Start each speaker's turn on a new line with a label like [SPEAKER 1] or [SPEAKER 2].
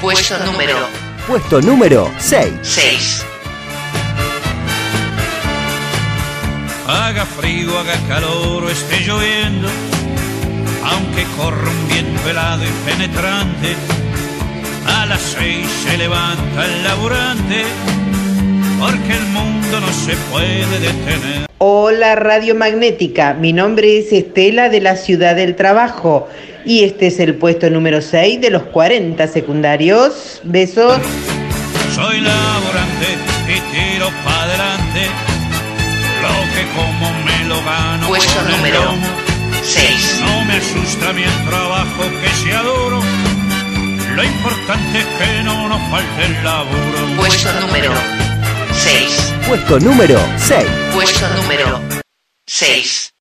[SPEAKER 1] Puesto número
[SPEAKER 2] Puesto número 6.
[SPEAKER 1] 6.
[SPEAKER 3] Haga frío, haga calor o esté lloviendo, aunque corra un viento helado y penetrante, a las seis se levanta el laburante, porque el mundo no se puede detener.
[SPEAKER 4] Hola Radio Magnética, mi nombre es Estela de la Ciudad del Trabajo y este es el puesto número 6 de los 40 secundarios. Besos.
[SPEAKER 3] Soy laburante y tiro para adelante, lo que como me lo gano.
[SPEAKER 1] Puesto
[SPEAKER 3] con el
[SPEAKER 1] número
[SPEAKER 3] lomo.
[SPEAKER 1] 6.
[SPEAKER 3] No me asusta mi trabajo que se adoro, lo importante es que no nos falte el laburo.
[SPEAKER 1] Puesto número 6.
[SPEAKER 2] Puesto número 6.
[SPEAKER 1] Puesto número 6.